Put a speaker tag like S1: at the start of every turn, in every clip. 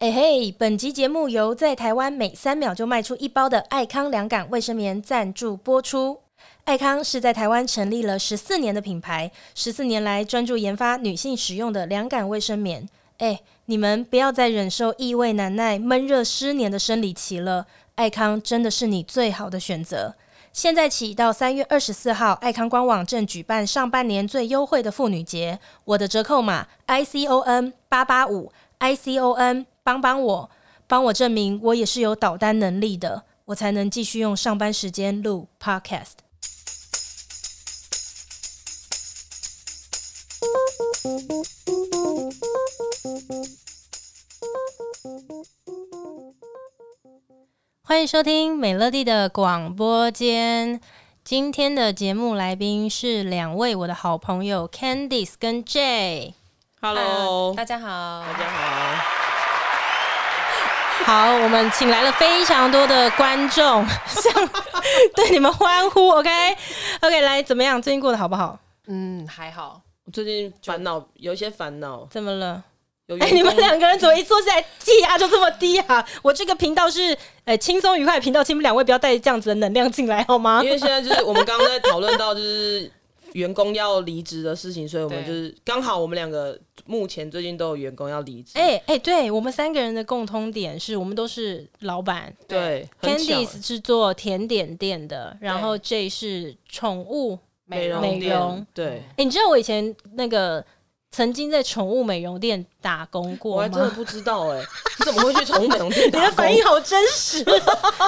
S1: 哎嘿，本集节目由在台湾每三秒就卖出一包的爱康两感卫生棉赞助播出。爱康是在台湾成立了十四年的品牌，十四年来专注研发女性使用的两感卫生棉。哎，你们不要再忍受异味难耐、闷热失眠的生理期了，爱康真的是你最好的选择。现在起到三月二十四号，爱康官网正举办上半年最优惠的妇女节，我的折扣码 I C O N 八八五 I C O N。帮帮我，帮我证明我也是有导单能力的，我才能继续用上班时间录 podcast。欢迎收听美乐蒂的广播间。今天的节目来宾是两位我的好朋友 Candice 跟 J。
S2: Hello，
S3: 大家好。
S2: 大家好。
S1: 好，我们请来了非常多的观众， 向对你们欢呼。OK，OK，、来怎么样？最近过得好不好？
S3: 嗯，还好。
S2: 我最近烦恼有一些烦恼，
S1: 怎么了？
S2: 有
S1: 哎、
S2: 员
S1: 你们
S2: 工
S1: 两个人怎么一坐下来气压就这么低啊？我这个频道是呃轻松愉快的频道，请你们两位不要带这样子的能量进来好吗
S2: 因？为现在就是我们刚刚在讨论到就是员工要离职的 事情，所以我们
S3: 对
S2: 就是刚好我们两个目前最近都有员工要离职。
S1: 哎哎、对我们三个人的共通点是我们都是老板
S2: 对，很巧
S1: ，Candice 是做甜点店的，然后 J 是宠物
S2: 美
S1: 容
S2: 容
S1: 美容
S2: 店，对，
S1: 哎、你知道我以前那个曾经在宠物美容店打工过
S2: 我
S1: 吗？
S2: 还真的不知道哎，你怎么会去宠物美容 店
S1: 你
S2: 打
S1: 的
S2: 工？
S1: 反应好真实，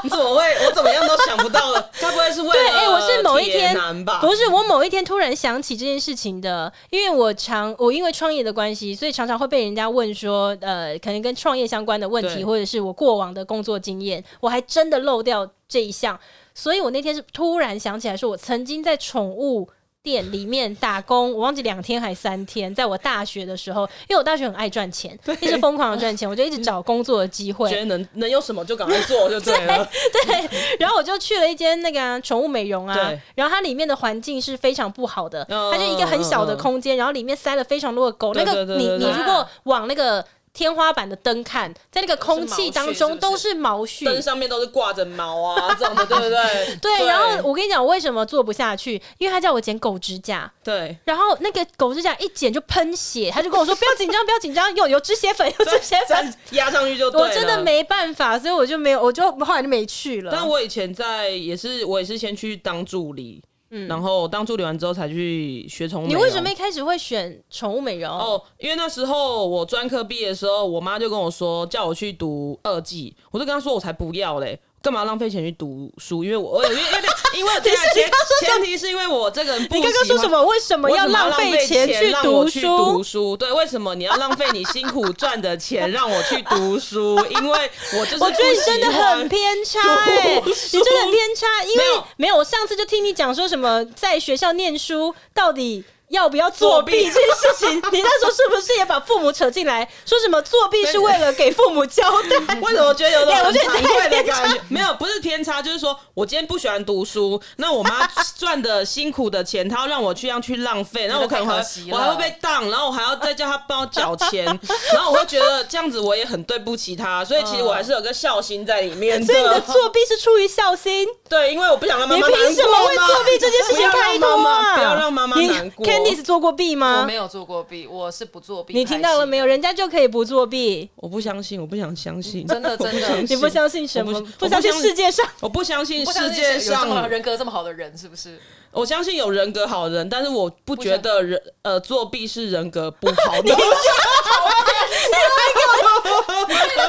S2: 你怎么会？我怎么样都想不到，该不会是为了
S1: 对哎我是某一天
S2: 铁男吧？
S1: 不是我某一天突然想起这件事情的，因为我常我因为创业的关系，所以常常会被人家问说，呃，可能跟创业相关的问题，
S2: 对
S1: 或者是我过往的工作经验，我还真的漏掉这一项，所以我那天是突然想起来，说我曾经在宠物。店里面打工，我忘记两天还三天，在我大学的时候，因为我大学很爱赚钱，一直疯狂的赚钱，我就一直找工作的机会
S2: 觉。得能能有什么就赶快做就对了。
S1: 然后我就去了一间那个啊宠、物美容啊
S2: 对，
S1: 然后它里面的环境是非常不好的，
S2: 嗯
S1: 它就一个很小的空间，然后里面塞了非常多的狗。
S2: 对
S1: 那
S2: 对
S1: 个
S2: 对
S1: 你
S2: 对
S1: 你
S2: 对
S1: 如果往那个天花板的灯看，在那个空气当中
S3: 都
S1: 都
S3: 是
S1: 是毛絮。
S2: 灯上面都是挂着毛啊，这种的，对不对？
S1: 对，然后我跟你讲，我为什么做不下去？因为他叫我剪狗指甲，
S2: 对，
S1: 然后那个狗指甲一剪就喷血，他就跟我说不要紧张，不要紧张，有有止血粉，有止血粉。
S2: 压上去就对 了。
S1: 我真的。没办法，所以我就没有，我就后来就没去了。
S2: 但我以前在也是，我也是先去当助理，然后当助理完之后才去学宠物美
S1: 嗯你
S2: 容。
S1: 为什么一开始会选宠物美容？
S2: 哦，因为那时候我专科毕业的时候，我妈就跟我说叫我去读二技，我就跟她说我才不要嘞，干嘛浪费钱去读书？因为我因为因为因为
S1: 等一下
S2: 前
S1: 你刚刚说什
S2: 前提是因为我这个人不
S1: 你刚刚
S2: 喜
S1: 说
S2: 欢
S1: 什么？为什么
S2: 我
S1: 要
S2: 怎么
S1: 浪
S2: 浪
S1: 费钱
S2: 去
S1: 去
S2: 读
S1: 读书？
S2: 书？对，为什么你要浪费你辛苦赚的钱让我去读书？因为我就是
S1: 我觉得
S2: 不
S1: 你真的
S2: 喜欢
S1: 很偏差哎、
S2: 读书
S1: 你真的很偏差，因为
S2: 没有
S1: 没有，我上次就听你讲说什么在学校念书到底要不要作弊这
S2: 作弊
S1: 件事情，你那时候是不是也把父母扯进来，说什么作弊是为了给父母交代？
S2: 为什么觉得有种
S1: 哎我
S2: 很
S1: 觉得
S2: 惭愧
S1: 太
S2: 的
S1: 偏
S2: 感觉？没有，不是偏差，就是说我今天不喜欢读书，那 我妈赚的辛苦的钱，她要让我去让去浪费，那我可能
S3: 太
S2: 还
S3: 可惜
S2: 我
S3: 了
S2: 还会被当，然后我还要再叫她帮我缴钱，然后我会觉得这样子我也很对不起她，所以其实我还是有个孝心在里面
S1: 所以你的
S2: 的。
S1: 作弊是出于孝心，
S2: 对，因为我不想让妈
S1: 你
S2: 妈难过嘛
S1: 凭什么为作弊这件事情开脱啊？
S2: 不要让妈妈不要让妈妈难过。
S1: 你 Candice 做过弊
S3: 我
S1: 吗
S3: 没？有做过弊，我是不作弊。
S1: 你听到了没有？？人家就可以不作弊，
S2: 我不相信，我不想相信，
S3: 真的
S2: 我不
S3: 真的
S2: 相信
S1: 你不相信什
S2: 我
S1: 么
S2: 不？
S1: 不相信世，界上
S2: 我不相信
S3: 不相
S2: 世
S3: 信
S2: 界
S3: 有这
S2: 上
S3: 么人格这么好的人，是不 是？
S2: 我相信有人格好人，但是我不觉得人呃作弊是人格不 好的。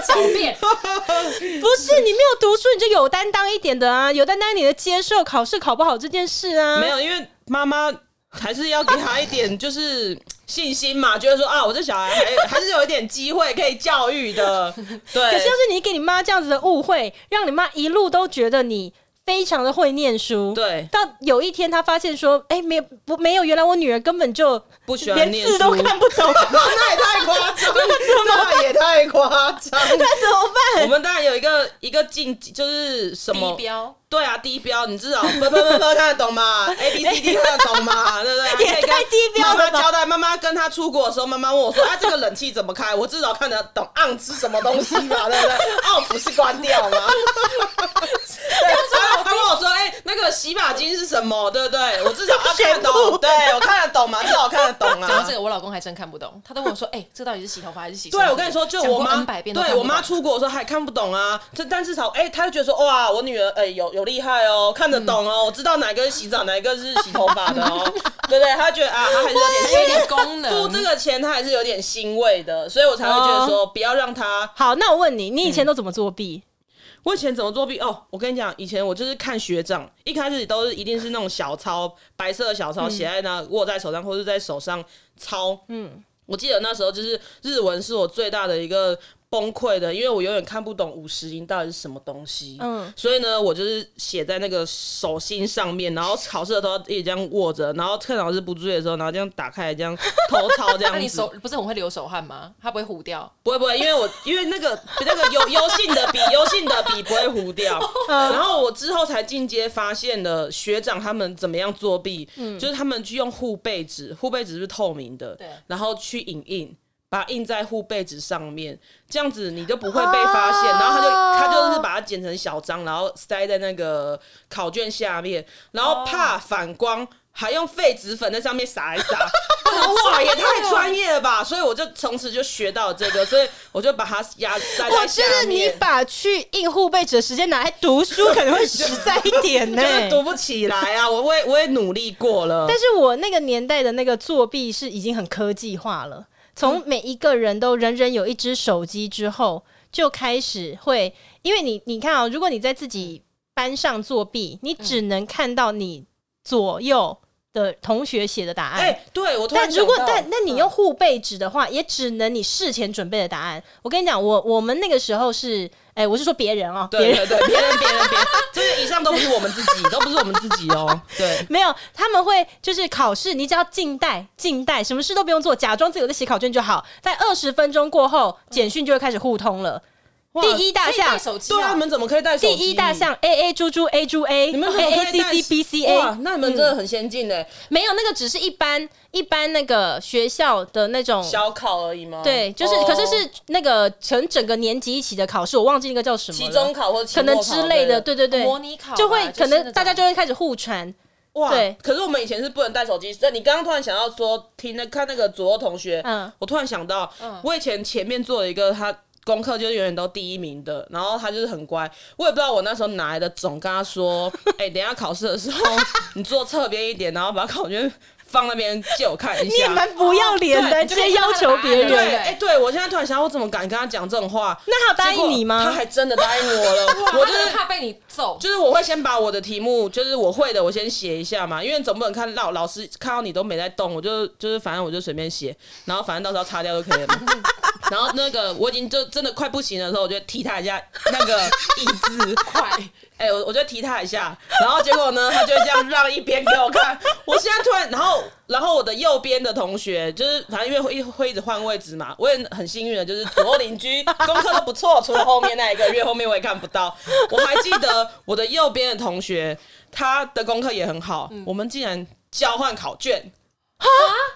S3: 狡辩，
S1: 不是你没有读书，你就有担当一点的啊，有担当一点的接受考试考不好这件事啊。
S2: 没有，因为妈妈还是要给他一点就是信心嘛，觉得说啊，我这小孩还还是有一点机会可以教 育的。对，
S1: 可是要是你给你妈这样子的误会，让你妈一路都觉得你非常的会念书。
S2: 对，
S1: 到有一天，他发现说：“哎、没有不没有，原来我女儿根本就
S2: 不喜欢
S1: 连
S2: 念
S1: 字
S2: 书，
S1: 都看 不懂，
S4: 那也太夸张，那也太夸张。
S1: 那怎么办？”
S2: 我们当然有一个一个禁忌，就是什
S3: 低
S2: 么？
S3: 标，
S2: 对啊，低标，你至少分分分分看得懂嘛？A B C D 看得懂嘛？对不对？还可以
S1: 也
S2: 跟
S1: 太低标
S2: 妈
S1: 了
S2: 妈
S1: 吧
S2: 交代，妈妈跟他出国的时候，妈妈问我说：“哎，这个冷气怎么开？”我至少看得懂 on 是什么东西 嘛？对不对？off 是关掉嘛？对，他他问我说：“哎，那个洗发精是什么？”对不对？我至少啊看得懂，对我看得懂嘛？至少看得 懂
S3: 讲到
S2: 啊
S3: 这。个，我老公还真看不懂，他都问我说：“哎、这到底是洗头发还是洗身体？”
S2: 对，我跟你说，就
S3: 讲
S2: 我
S3: 过
S2: 妈
S3: N 百，遍都
S2: 对
S3: 看不
S2: 我妈
S3: 懂
S2: 出国的时候还看不懂啊，这但至少哎、她就觉得说哇，我女儿哎、有有厉害哦，看得懂
S3: 嗯
S2: 哦，我知道哪个是洗澡，哪一个是洗头发的 哦，对不对？她觉得啊，她还是有
S3: 有
S2: 点
S3: 点 功能，
S2: 付这个钱，她还是有点欣慰的，所以我才会觉得
S3: 哦
S2: 说不要让她。
S1: 好，那我问你，你以
S2: 嗯
S1: 前都怎么作弊？
S2: 我以前怎么作弊哦？我跟你讲，以前我就是看学长，一开始都是一定是那种小抄，白色的小
S3: 嗯
S2: 抄写在那，握在手上或是在手上抄，
S1: 嗯，
S2: 我记得那时候就是日文是我最大的一个崩溃的，因为我永远看不懂五十音到底是什么东西。
S1: 嗯
S2: 所以呢，我就是写在那个手心上面，然后考试的时候一直这样握着，然后趁老师不注意的时候，然后这样打开，这样偷抄这
S3: 那
S2: 样
S3: 你
S2: 子
S3: 手。不是很会流手汗吗？他不会糊掉，
S2: 不会不会，因为我 因为那个那个油油性的笔，油性的笔不会糊掉。然后我之后才进阶发现了学长他们怎么样作弊，就是他们去用护背纸，护背纸是透明的，
S3: 对
S2: 然后去影印。把它印在护背纸上面，这样子你就不会被发现。然后他就他就是把它剪成小张，然后塞在那个考卷下面，然后怕反光，还用痱子粉在上面撒 一撒。哇，也太专业了吧！所以我就从此就学到这个，所以我就把它压塞
S1: 我
S2: 在
S1: 觉
S2: 下
S1: 得你
S2: 面。
S1: 把去印护背纸的时间拿来读书可能会实在一点呢、
S2: 就是读不起来啊！我我也我也努力过了，
S1: 但是我那个年代的那个作弊是已经很科技化了，从每一个人都人人有一只手机之后，就开始会，因为你你看啊、如果你在自
S2: 嗯
S1: 己班上作弊，你只能看到你左右的同学写的答案。
S2: 哎、对我突然
S1: 但如果
S2: 想到嗯
S1: 但那你用护背纸的话，也只能你事前准备的答案。我跟你讲，我我们那个时候是，哎、我是说别人哦、别
S2: 对
S1: 人
S2: 对对，别人别人别人，这些以上都不是我们自 己，都不是我们自己哦。对，
S1: 没有，他们会就是考试，你只要静待，静待，什么事都不用做，假装自己有在写考卷就好。在二十分钟过后，简讯就会开始互通了。
S2: 哇
S1: 第一大
S3: 可以带
S1: 项，
S3: 手机、
S2: 对啊，你们怎么可以带手
S1: 第
S2: 机？
S1: 一大项 A A 猪猪 A 猪 A，
S2: 你们怎
S1: A
S2: 么
S1: A
S2: 可以
S1: C
S2: 带
S1: C B C
S2: 哇
S1: A，，嗯
S2: 那你们真的很先进欸嘞，
S1: 没有那个只是一般一般那个学校的那种。
S2: 小考而已吗？
S1: 对，就是，
S2: 哦
S1: 可是是那个成整个年级一起的考试，我忘记那个叫什么
S2: 期
S1: 了
S2: 中考或期
S1: 可
S2: 末
S1: 能
S2: 考
S1: 之类的，对对对，
S3: 模拟考吧
S1: 就会
S3: 就是
S1: 可
S3: 那
S1: 能
S3: 种
S1: 大家就会开始互传，
S2: 哇
S1: 对！
S2: 可是我们以前是不能带手机。那你刚刚突然想到说，听那看那个左右同学，
S1: 嗯
S2: 我突然想到，我以前前面做了一个他。功课就是永远都第一名的，然后他就是很乖，我也不知道我那时候哪来的种，跟 他说，哎、等一下考试的时候你坐侧边一点，然后把考卷放那边借我看一下。
S1: 你也蛮不要脸的，
S2: 对
S1: 直接要求别
S2: 对，
S1: 人。
S2: 哎、对我现在突然想到，我怎么敢跟他讲这种话？
S1: 那他有答应你吗
S2: 结果他还真的答应 我了，
S3: 哇
S2: 我
S3: 他
S2: 就
S3: 真
S2: 是
S3: 啊的怕被你揍，
S2: 就是我会先把我的题目，就是我会的，我先写一下嘛，因为总不能看老老师看到你都没在动，我就就是反正我就随便写，然后反正到时候擦掉就可以了嘛。 然后那个我已经就真的快不行的时候，我就踢他一下那个椅子，
S3: 快，
S2: 哎、我我就踢他一下，然后结果呢，他就这样让一边给我看。我现在突然，然后然后我的右边的同学，就是反正因为会会一直换位置嘛，我也很幸运的，就是左右邻居功课都不错，除了后面那一个，因为后面我也看不到。我还记得我的右边的同学，他的功课也很好，
S1: 嗯
S2: 我们竟然交换考卷。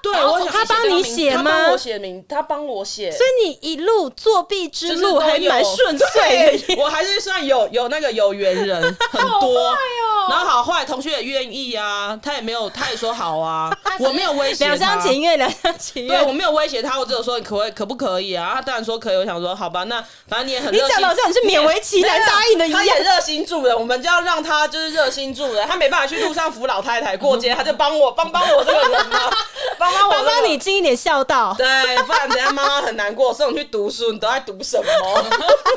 S2: 对，
S3: 然后
S2: 我
S3: 从
S2: 想
S1: 哦他帮你写
S2: 他
S1: 吗
S2: 帮我写名，他帮我写，
S1: 所以你一路作弊之
S2: 就是
S1: 路
S2: 都
S1: 还
S2: 有
S1: 蛮顺遂的
S2: 对
S1: 耶。
S2: 我还是算有有那个有缘人很多。
S1: 哦
S2: 然后好，后来同学也愿意啊，他也没有，他也说好 啊，
S3: 只是
S2: 我没有威胁
S1: 两厢
S2: 他。
S1: 情愿，两厢情
S2: 对，
S1: 愿
S2: 我。没有威胁他，我只有说你可不可以可不可以啊？他当然说可以，我想说好吧，那反正你也很
S1: 你
S2: 热心，
S1: 讲的好像你是勉为其难答应的一
S2: 他
S1: 样。
S2: 也热心助人，我们就要让他就是热心助人，他没办法去路上扶老太太 过街，他就帮我帮帮我这个人嘛，帮帮我、
S1: 帮帮你，尽一点孝道，
S2: 对，不然等下妈妈很难过，送你去读书，你都在读什么？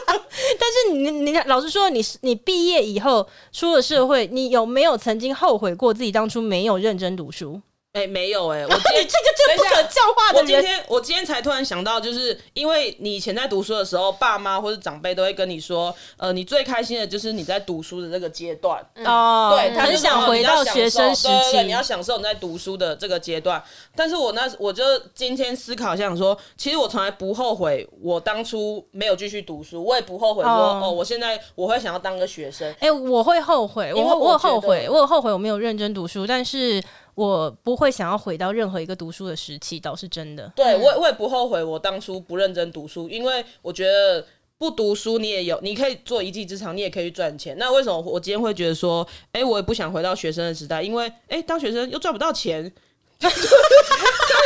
S1: 但是你你老实说，你你毕业以后出了社会，你有没有曾经后悔过自己当初没有认真读书？
S2: 哎、没有哎、
S1: 你
S2: 我今
S1: 这
S2: 天
S1: 个就是不可教化
S2: 我
S1: 的
S2: 今
S1: 人。
S2: 天我今天才突然想到，就是因为你以前在读书的时候，爸妈或者长辈都会跟你说，呃，你最开心的就是你在读书的这个阶段。
S1: 哦，
S2: 对，他就
S1: 很
S2: 是说
S1: 想
S2: 哦
S1: 回
S2: 你要
S1: 到
S2: 享
S1: 学生时
S2: 受对对对你
S1: 期
S2: 要。享受你在读书的这个阶段。但是我那我就今天思考，想说，其实我从来不后悔我当初没有继续读书，我也不后悔说，
S1: 哦
S2: 哦我现在我会想要当个学生。
S1: 哎、我会后悔，我
S2: 因为我
S1: 我有
S2: 觉
S1: 后
S2: 得
S1: 悔，我有后悔我没有认真读书，但是我不会想要回到任何一个读书的时期，倒是真的。
S3: 嗯
S2: 对我也我也不后悔我当初不认真读书，因为我觉得不读书你也有，你可以做一技之长，你也可以去赚钱。那为什么我今天会觉得说，哎、我也不想回到学生的时代，因为哎、诶当学生又赚不到钱。 当学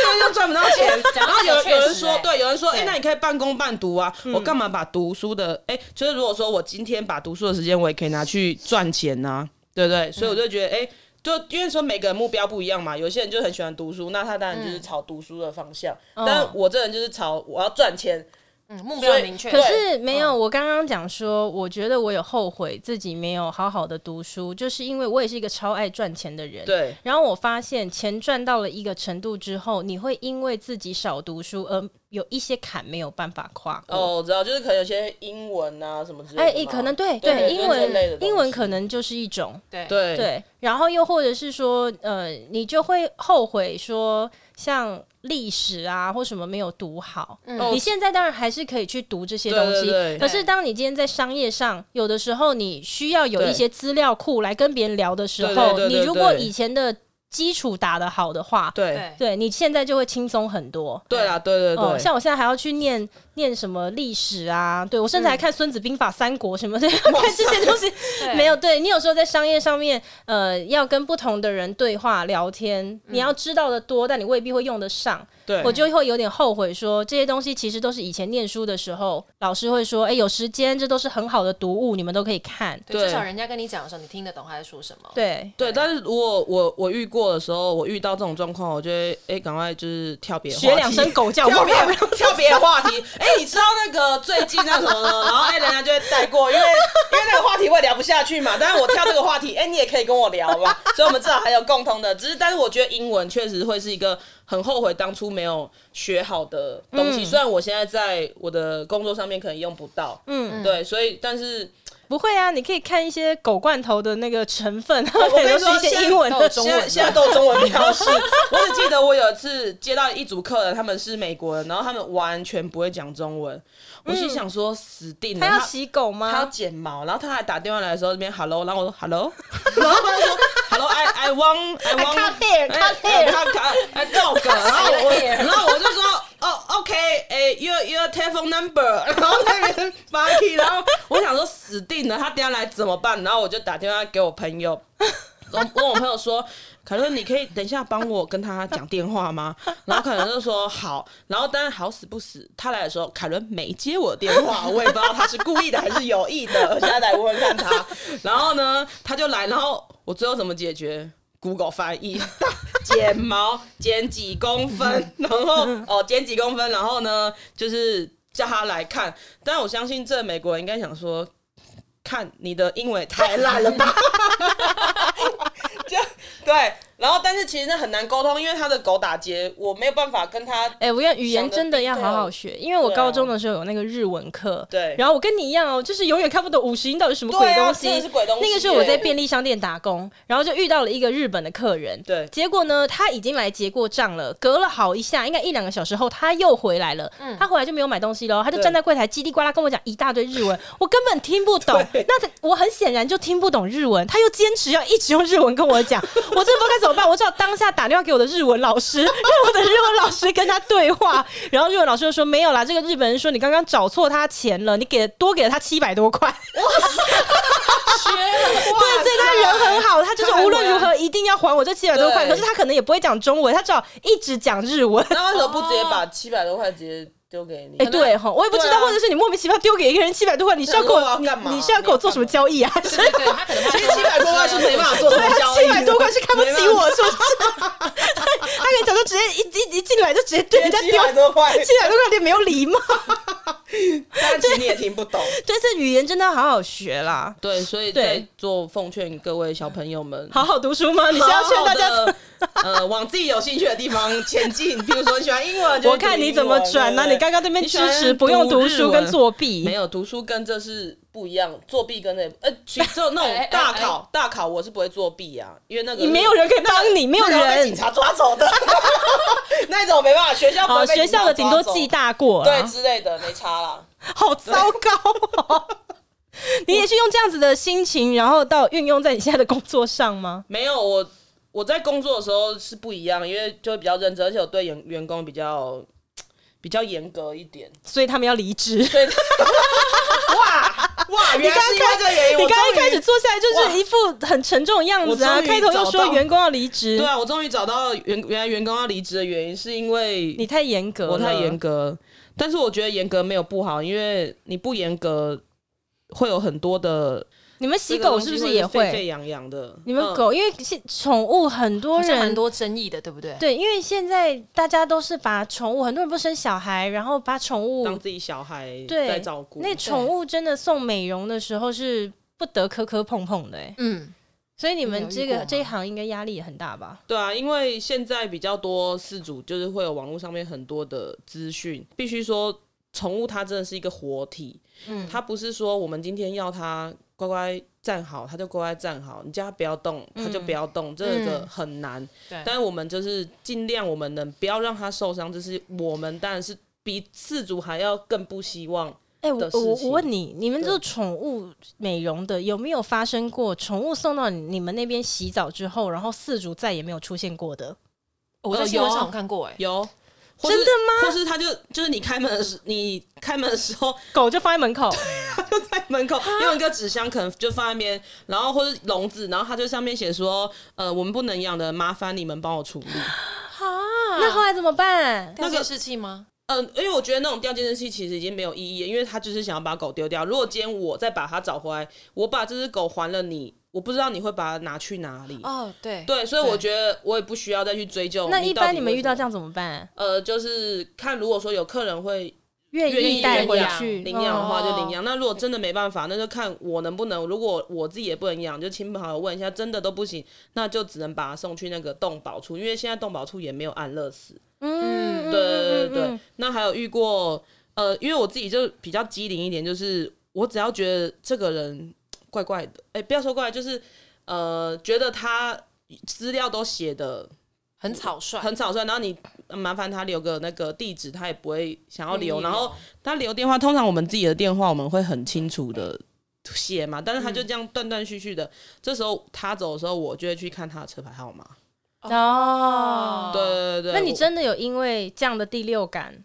S2: 生又赚不到钱，然
S3: 讲
S2: 后
S3: 到这
S2: 有有
S3: 个
S2: 人
S3: 确实
S2: 说
S3: 欸，
S2: 对，有人说，哎、
S3: 对
S2: 那你可以半工半读啊。我干嘛把读书的，哎、就是如果说我今天把读书的时间，我也可以拿去赚钱啊呐、对不对？所
S1: 嗯
S2: 以我就觉得，哎、就因为说每个人目标不一样嘛，有些人就很喜欢读书，那他当
S1: 嗯
S2: 然就是朝读书的方向。但我这人就是朝我要赚钱，
S3: 嗯，目标
S2: 所
S3: 很
S2: 以
S3: 明确。
S1: 可是没有，
S2: 嗯
S1: 我刚刚讲说，我觉得我有后悔自己没有好好的读书，就是因为我也是一个超爱赚钱的人。。
S2: 对
S1: 然后我发现钱赚到了一个程度之后，你会因为自己少读书而有一些坎没有办法跨过。
S2: 哦，我知道，就是可能有些英文啊什么之类的
S1: 哎、
S2: 嘛。
S1: 诶可能对
S2: 对
S1: 英
S2: 这类的
S1: 文
S2: 东西
S1: 英文可能就是一种
S3: 对
S2: 对
S1: 对，然后又或者是说，呃，你就会后悔说，像历史啊或什么没有读好。
S2: 哦
S1: 你现在当然还是可以去读这些东西，
S2: 对对对
S1: 可是当你今天在商业上，有的时候你需要有一些资料库来跟别人聊的时候，
S2: 对对对对
S1: 你如果
S2: 对
S1: 以前的基础打得好的话，
S2: 对
S3: 对
S1: 对你现在就会轻松很多。
S2: 对啦，对对
S1: 哦，
S2: 对，
S1: 像我现在还要去念念什么历史啊，对我甚至
S2: 嗯
S1: 还看《孙子兵法》《三国》什么的， 看这些东西
S3: 对
S1: 没有。对你有时候在商业上面，呃，要跟不同的人对话聊天，你要知道的多，但你未必会用得上。
S2: 嗯对
S1: 我就会有点后悔说，这些东西其实都是以前念书的时候，老师会说，哎、有时间，这都是很好的读物，你们都可以看。
S3: 对，
S2: 对
S3: 至少人家跟你讲的时候，你听得懂他在说什么。
S1: 对，
S2: 对，但是如果我我遇过的时候，我遇到这种状况，我就会哎，赶快就是跳别的
S1: 学
S2: 话
S1: 两
S2: 题
S1: 声狗叫，
S2: 跳
S1: 哇
S2: 别跳别的话题。哎、你知道那个最近那什么呢？然后哎、人家就会带过，因为因为那个话题我也聊不下去嘛。但是我跳这个话题，哎、你也可以跟我聊嘛。所以我们至少还有共同的，只是但是我觉得英文确实会是一个很后悔当初没有学好的东西。
S1: 嗯
S2: 虽然我现在在我的工作上面可能用不到，
S1: 嗯，
S2: 对，所以但是
S1: 不会啊，你可以看一些狗罐头的那个成分，
S2: 我跟你
S1: 都是
S2: 说
S1: 一些
S2: 现在哦
S1: 英文
S3: 都有
S1: 的
S3: 中
S2: 现在
S3: 文
S2: 现在都有中文标示。我只记得我有一次接到一组客人，他们是美国人，然后他们完全不会讲中文。我心想说死定了，
S1: 嗯他要洗狗吗？
S2: 他要剪毛，然后他还打电话来的时候，这边 hello，然后我说 hello，然后他就说 hello I I want I want 哎
S1: cut hair, cut hair.
S2: 他卡 I dog，然后我然后我就说哦 OK，哎 your your telephone number，然后那边 Bucky，然后我想说死定了，他等下来怎么办？然后我就打电话给我朋友，我问我朋友说，凯伦，你可以等一下帮我跟他讲电话吗？然后凯伦就说好，然后但是好死不死，他来的时候，凯伦没接我电话，我也不知道他是故意的还是有意的，我现在来问问看他。然后呢，他就来，然后我最后怎么解决？Google 翻译，打剪毛剪几公分，然后哦剪几公分，然后呢就是叫他来看。但我相信这美国人应该想说，看你的英文也太烂了吧。就对，然后但是其实那很难沟通，因为他的狗打结，我没有办法跟他。
S1: 哎、我要语言真的要好好学，因为我
S2: 对啊
S1: 高中的时候有那个日文课，
S2: 对
S1: 然后我跟你一样哦，就是永远看不懂五十音到底是什么鬼
S2: 对啊
S1: 东西，
S2: 真的是鬼东西
S1: 那个时候我在便利商店打工，然后就遇到了一个日本的客人，
S2: 对
S1: 结果呢，他已经来结过账了，隔了好一下，应该一两个小时后他又回来了，他回来就没有买东西喽，他就
S2: 嗯对
S1: 站在柜台叽里呱啦跟我讲一大堆日文，我根本听不 懂，那他我很显然就听不懂日文，他又坚持要一直用日文跟我 讲，我真的不知道该怎么办，我只好当下打电话给我的日文老师，让我的日文老师跟他对话，然后日文老师就说没有啦，这个日本人说你刚刚找错他钱了，你给多给了他七百多块。
S2: 啊
S3: 学了
S1: 对，所以他人很啊好，他就是
S2: 他还
S1: 无论如
S2: 回
S1: 何一定要还我这七百多块。
S2: 对
S1: 可是他可能也不会讲中文，他只好一直讲日 文。
S2: 那为什么不直接把七百多块直接丢给你？
S1: 哎、对哈，我也不知道，
S2: 对啊
S1: 或者是你莫名其妙丢给一个人七百多块，你是要
S2: 想
S1: 跟
S2: 说我
S1: 我
S2: 要
S1: 你
S2: 干嘛
S1: 你是要跟我做什么交 易啊？
S3: 对对对，他可能怕说
S4: 七百多块是没办法做什
S1: 对
S4: 么
S1: 啊，
S4: 交易
S1: 七
S4: 的，
S1: 百多块是看不起我， 是不是？他可能讲说直接一一一进来就直接对人家啊
S2: 七
S1: 丢
S2: 百多块，
S1: 七百多块，有点没有礼貌。
S2: 但其实你也听不懂。
S1: 但是语言真的要好好学啦，
S2: 对，所以
S1: 对
S2: 在做奉劝各位小朋友们，
S1: 好好读书吗？你是要
S2: 好
S1: 劝
S2: 好
S1: 大家？
S2: 的呃往自己有兴趣的地方 前进。比如说你喜欢英文，就
S1: 我看你怎么转呢、
S2: 呢？
S1: 你刚刚这边
S2: 你
S1: 支
S2: 喜欢
S1: 持不用读
S2: 日
S1: 书
S2: 文
S1: 跟作弊，
S2: 没有读书跟这是不一样，作弊跟那呃，其实只有 那种
S3: 哎哎哎
S2: 大考大考我是不会作弊啊，因为那个
S1: 你没有人可以帮你，没有
S4: 那个要被警
S1: 人。
S4: 察抓走 的，
S2: 那种没办法，学校不
S1: 哦，
S2: 会被
S1: 学校的顶多记啊
S2: 大
S1: 大过啦
S2: 对之类的，没差啦。
S1: 好糟糕哦！你也是用这样子的心情，然后到运用在你现在的工作上吗？
S2: 没有我我在工作的时候是不一样，因为就会比较认真，而且我对员员工比较比较严格 一点。
S1: 所以他们要离 职。
S2: 对，哇哇，原来是因为这个原因，
S1: 你
S2: 我
S1: 刚刚一
S2: 终于
S1: 开始坐下来就是一副很沉重的样子啊，
S2: 我终于
S1: 开头又
S2: 找
S1: 说
S2: 到
S1: 员工要离职，
S2: 对啊，我终于找到原原来员工要离职的原因，是因为
S1: 你太严格了，
S2: 我太严格，但是我觉得严格没有不好，因为你不严格会有很多的
S1: 你们洗狗是不是也
S2: 这个东西沸沸
S1: 会？
S2: 扬扬的？
S1: 你们
S2: 嗯、
S1: 狗因为现宠物很多
S3: 好像
S1: 人
S3: 蛮多争议的，对不对？
S1: 对，因为现在大家都是把宠物，很多人不生小孩，然后把宠物
S2: 当自己小孩
S1: 对
S2: 在照顾，
S1: 那宠物真的送美容的时候是不得磕磕碰碰的、欸，
S3: 嗯，
S1: 所以你们
S3: 有遇
S1: 这个
S3: 过
S1: 这一
S3: 吗
S1: 行应该压力也很大吧？
S2: 对啊，因为现在比较多饲主就是会有网络上面很多的资讯，必须说宠物它真的是一个活体，
S1: 嗯，
S2: 它不是说我们今天要它乖乖站好，它就乖乖站好，你叫它不要动，
S1: 嗯
S2: 它就不要动，这个
S3: 嗯
S2: 很难。
S3: 对
S2: 但是我们就是尽量我们能不要让它受伤，这是我们当然是比饲主还要更不希望。
S1: 哎、我
S2: 的事
S1: 我我
S2: 情
S1: 问你，你们
S2: 对
S1: 做宠物美容的有没有发生过宠物送到你你们那边洗澡之后，然后饲主再也没有出现过的？
S3: 我在
S2: 呃
S3: 新闻
S2: 有
S3: 上有看过，哎，
S2: 有。或
S1: 真
S2: 是
S1: 的吗
S2: 或是它就就是你开门的时，你开门的时候，
S1: 狗就放在门口，
S2: 在门口
S1: 啊
S2: 用一个纸箱，可能就放在那边，然后或是笼子，然后它就上面写说，呃，我们不能养的，麻烦你们帮我处理。
S1: 那后来怎么办？
S3: 那
S2: 啊那个
S3: 个士气吗？
S2: 嗯，因为我觉得那种掉监视器其实已经没有意义了，因为他就是想要把狗丢掉。如果今天我再把它找回来，我把这只狗还了你，我不知道你会把它拿去哪里。
S3: 哦，对
S2: 嗯对，所以我觉得我也不需要再去追究。
S1: 那一般你们遇到这
S2: 样，
S1: 样怎么办？
S2: 呃，就是看如果说有客人会
S1: 愿
S2: 愿
S1: 意
S2: 意
S1: 带
S2: 领
S1: 回
S2: 养
S1: 去
S2: 领养的话
S1: 哦
S2: 就领养。那如果真的没办法，那就看我能不能。如果我自己也不能养，就亲朋好友问一下，真的都不行，那就只能把它送去那个动保处，因为现在动保处也没有安乐死。
S1: 嗯，嗯
S2: 对对对，
S1: 嗯
S2: 对
S1: 嗯，
S2: 那还有遇过呃，因为我自己就比较机灵一点，就是我只要觉得这个人怪怪的，哎、不要说怪，就是呃，觉得他资料都写的
S3: 很草率，
S2: 很草率，然后你麻烦他留个那个地址，他也不会想要
S3: 愿
S2: 留，
S3: 意
S2: 然后
S3: 留
S2: 他留电话，通常我们自己的电话我们会很清楚的。写
S1: 嗯
S2: 嘛，但是他就这样断断续续的。这时候他走的时候，我就会去看他的车牌号码。
S1: 嗯哦，
S2: 对对对，
S1: 那你
S2: 我
S1: 真的有因为这样的第六感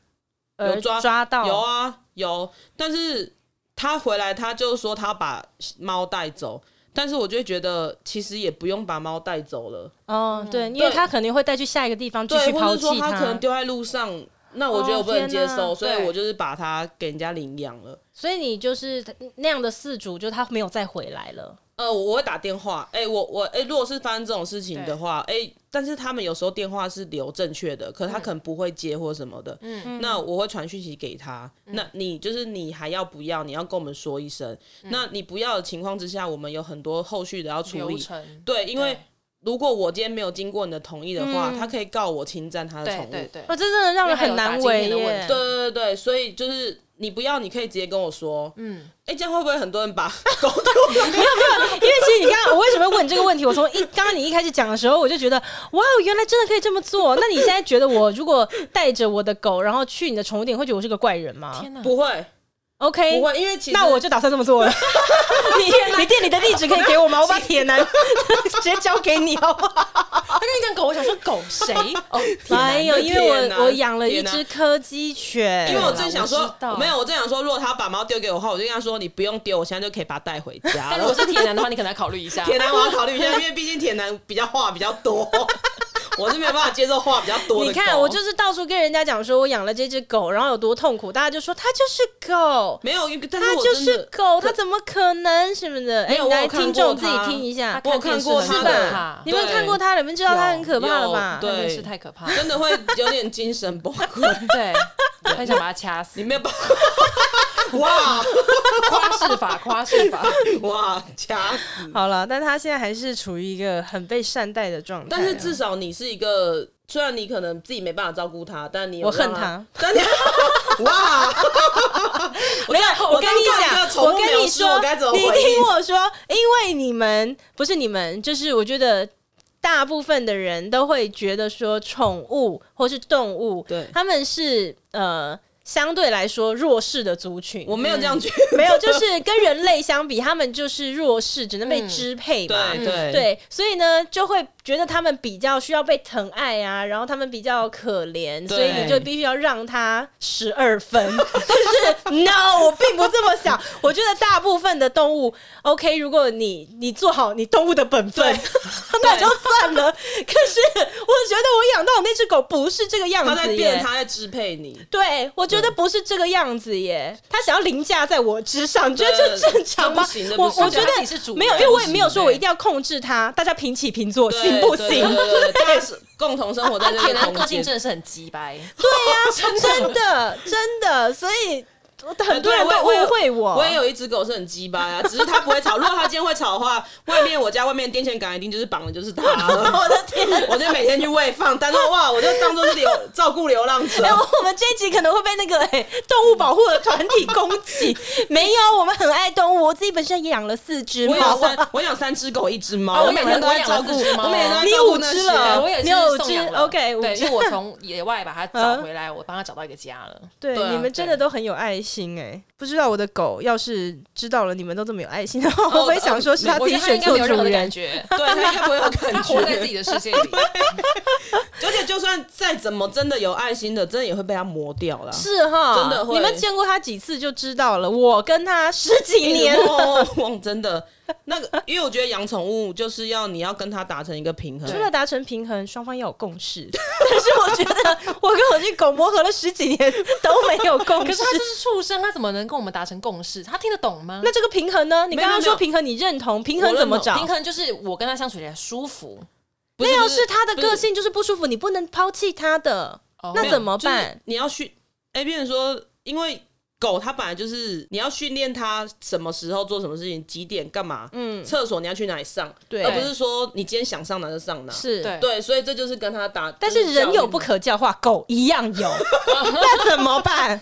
S1: 而
S2: 有抓
S1: 到？
S2: 有啊，有，但是他回来，他就说他把猫带走，但是我就会觉得其实也不用把猫带走了，
S1: 哦，对，因为他肯定会带去下一个地方继续
S2: 对，或
S1: 抛
S2: 者说
S1: 弃
S2: 他可能丢在路上，那我觉得
S1: 哦
S2: 我不能接
S1: 天哪
S2: 受，所以
S3: 对
S2: 我就是把它给人家领养了。
S1: 所以你就是那样的饲主，就他没有再回来了。
S2: 呃，我会打电话，哎、我我哎、如果是发生这种事情的话，哎、但是他们有时候电话是留正确的，可他可能不会接或什么的，
S3: 嗯
S2: 那我会传讯息给他，那你就是你还要不要？你要跟我们说一声，
S3: 嗯
S2: 那你不要的情况之下，我们有很多后续的要处
S3: 流
S2: 理，
S3: 程，
S2: 对，因为
S3: 对
S2: 如果我今天没有经过你的同意的话，
S1: 嗯
S2: 他可以告我侵占他的呃宠
S3: 对
S2: 物，
S3: 对对，
S1: 哦，这真的让人很难为
S3: 因为还有打击面的问
S1: 耶
S3: 题。
S2: 对对对，所以就是你不要，你可以直接跟我说，
S3: 嗯，
S2: 哎、这样会不会很多人把 狗丢
S1: 因为其实你刚刚我为什么会问你这个问题？我从一刚刚你一开始讲的时候，我就觉得哇，哦原来真的可以这么做。那你现在觉得我如果带着我的狗，然后去你的宠物店，会觉得我是个怪人吗
S3: 天哪，
S2: 不会，
S1: ？OK，
S2: 不会，因为其实
S1: 那我就打算这么做了。 你你店里的地址可以给我吗？我把铁男 直接交给你，好不好？
S3: 他跟你讲狗，我想说狗谁？ 哦，天哪
S1: 没有，哎因为
S2: 铁男
S1: 我我养了一
S2: 铁男
S1: 只柯基犬，
S2: 因为我
S3: 对啦
S2: 正想
S3: 我知
S2: 说
S3: 道，
S2: 没有，我正想说，如果他把猫丢给我的话，我就跟他说，你不用丢，我现在就可以把它带回家了。
S3: 但如果是铁男的话，你可能要考虑一下。
S2: 铁男，我要考虑一下，因为毕竟铁男比较话比较多， 我是没有办法接受话比较多的
S1: 你
S2: 狗。
S1: 看，我就是到处跟人家讲说我养了这只狗，然后有多痛苦，大家就说它就是狗，
S2: 没有，因为但是
S1: 它
S2: 我
S1: 就
S2: 真的
S1: 是狗，它怎么可能什么的？哎
S2: 没有，我
S1: 来
S2: 有看
S1: 听
S2: 过
S1: 众自己
S2: 它
S1: 听一下，
S2: 我有看过
S3: 看
S1: 是
S3: 电视
S2: 它
S3: 很
S1: 吧
S3: 可怕？
S1: 你们
S2: 对
S1: 看过它，你们知道它很可怕了吧？
S2: 有有对
S3: 真是太可
S1: 啊
S3: 怕了。
S2: 真的会有点精神崩溃。
S3: 对，很想把它掐死
S2: 你。没有办 法，哇
S3: 夸饰法，夸饰法。
S2: 哇掐死！
S1: 好了，但它现在还是处于一个很被善待的状态啊。
S2: 但是至少你是一个，虽然你可能自己没办法照顾它，但你有
S1: 我恨
S2: 让
S1: 它，
S2: 但你哇，
S1: 没有，我跟你
S2: 我当
S1: 讲，
S2: 做一个宠物
S1: 我跟你
S2: 流失我
S1: 说
S2: 该怎么，
S1: 你
S2: 回应
S1: 听我说，因为你们不是你们，就是我觉得。大部分的人都会觉得说，宠物或是动物，
S2: 对
S1: 他们是呃相对来说弱势的族群。
S2: 我没有这样觉得，
S1: 没有，就是跟人类相比，他们就是弱势，只能被支配嘛。
S2: 嗯对对
S1: 对，所以呢，就会觉得他们比较需要被疼爱啊，然后他们比较可怜，所以你就必须要让他十二分。但是 no，我并不这么想。我觉得大部分的动物，OK，如果你你做好你动物的本分， 那就算了。可是我觉得我养到那只狗不是嗯这个样
S2: 它在
S1: 子
S2: 变，
S1: 耶。
S2: 它在支配你。
S1: 对，我觉得不是这个样子耶，他想要凌驾在我之上，你觉得
S2: 对
S1: 这正常吗
S2: 这不行？这
S1: 我
S2: 不行
S1: 我觉
S3: 他自己是
S1: 得
S3: 主
S1: 没有，因
S3: 人
S1: 为我也
S3: 不
S1: 没有
S3: 行
S1: 说我
S3: 对
S1: 一定要控制他，大家平起平坐，
S2: 对
S1: 行不
S2: 对
S1: 行？
S2: 对对对大家是共同生活在
S3: 他
S2: 这
S3: 可
S2: 个
S3: 能个
S2: 空
S3: 性
S2: 间。
S3: 真的是很急白，
S1: 对呀，真的真的，所以很多人
S2: 对
S1: 都
S2: 我也
S1: 误会我。
S2: 我也有一只狗是很鸡巴呀，只是它不会吵。如果它今天会吵的话，外面我家外面电线杆一定就是绑的就是它 了。我的天！我就每天去喂放，但是哇，我就当做是流照顾流浪者
S1: 哎、。我我们这一集可能会被那个哎、动物保护的团体攻击。没有，我们很爱动物，我自己本身也养了四只
S2: 我
S1: 猫
S2: 养。三，我养三只狗，一只猫，
S3: 啊我
S2: 我每天都在
S3: 养
S2: 照
S3: 了
S2: 顾，
S3: 四只猫
S2: 我每天都在
S1: 你
S2: 照顾
S1: 五
S2: 那
S1: 只
S2: 些
S1: 了
S3: 对
S1: 对
S3: 我也是
S1: 你有
S3: 送
S1: 只
S3: 养了
S1: OK，五
S3: 对，
S1: 只
S3: 因为我从野外把它找回来，我帮它找到一个家了。
S1: 对，
S2: 对啊
S1: 你们真的都很有爱心哎、不知道我的狗要是知道了你们都这么有爱心的话，会不会想说是它
S3: 哦我
S1: 自己
S3: 觉得它
S1: 选
S3: 应该
S1: 错
S3: 没有
S1: 主
S3: 任何的感
S1: 人？
S3: 觉，
S2: 对，它应该不会有
S3: 它
S2: 感
S3: 活在自
S2: 觉。
S3: 己的世界里。
S2: 而且就算再怎么真的有爱心的，真的也会被它磨掉了。
S1: 是哈，
S2: 真的会
S1: 你们见过它几次就知道了。我跟它十几年了，
S2: 哦，汪 真的那个，因为我觉得养宠物就是要你要跟它达成一个平 衡
S1: 除。了达成平衡，双方要有共识。 但是我觉得我跟我这狗磨合了十几年都没有共
S3: 可是
S1: 识
S3: 它。就是畜生，它怎么能跟我们达成共识？它听得懂吗？
S1: 那这个平衡呢？你刚刚
S2: 没有没有
S1: 说平衡，你认同平衡
S2: 我认
S1: 怎么
S2: 同
S1: 找？
S3: 平衡就是我跟它相处起来舒服。
S2: 不是
S1: 没有，
S2: 不
S1: 是它的
S2: 不是
S1: 个性就是不舒服，你不能抛弃它的。
S3: 哦
S1: 那怎么
S2: 就是
S1: 办？
S2: 你要训，哎、变成说，因为狗它本来就是你要训练它什么时候做什么事情，几点干嘛，
S1: 嗯，
S2: 厕所你要去哪里上，
S1: 对
S2: 而不是说你今天想上哪就上哪。
S1: 是
S3: 对
S2: 对，所以这就是跟它打。
S1: 但
S2: 就是
S1: 人
S2: 教
S1: 有
S2: 育
S1: 不可教化，狗一样 有，那怎么办？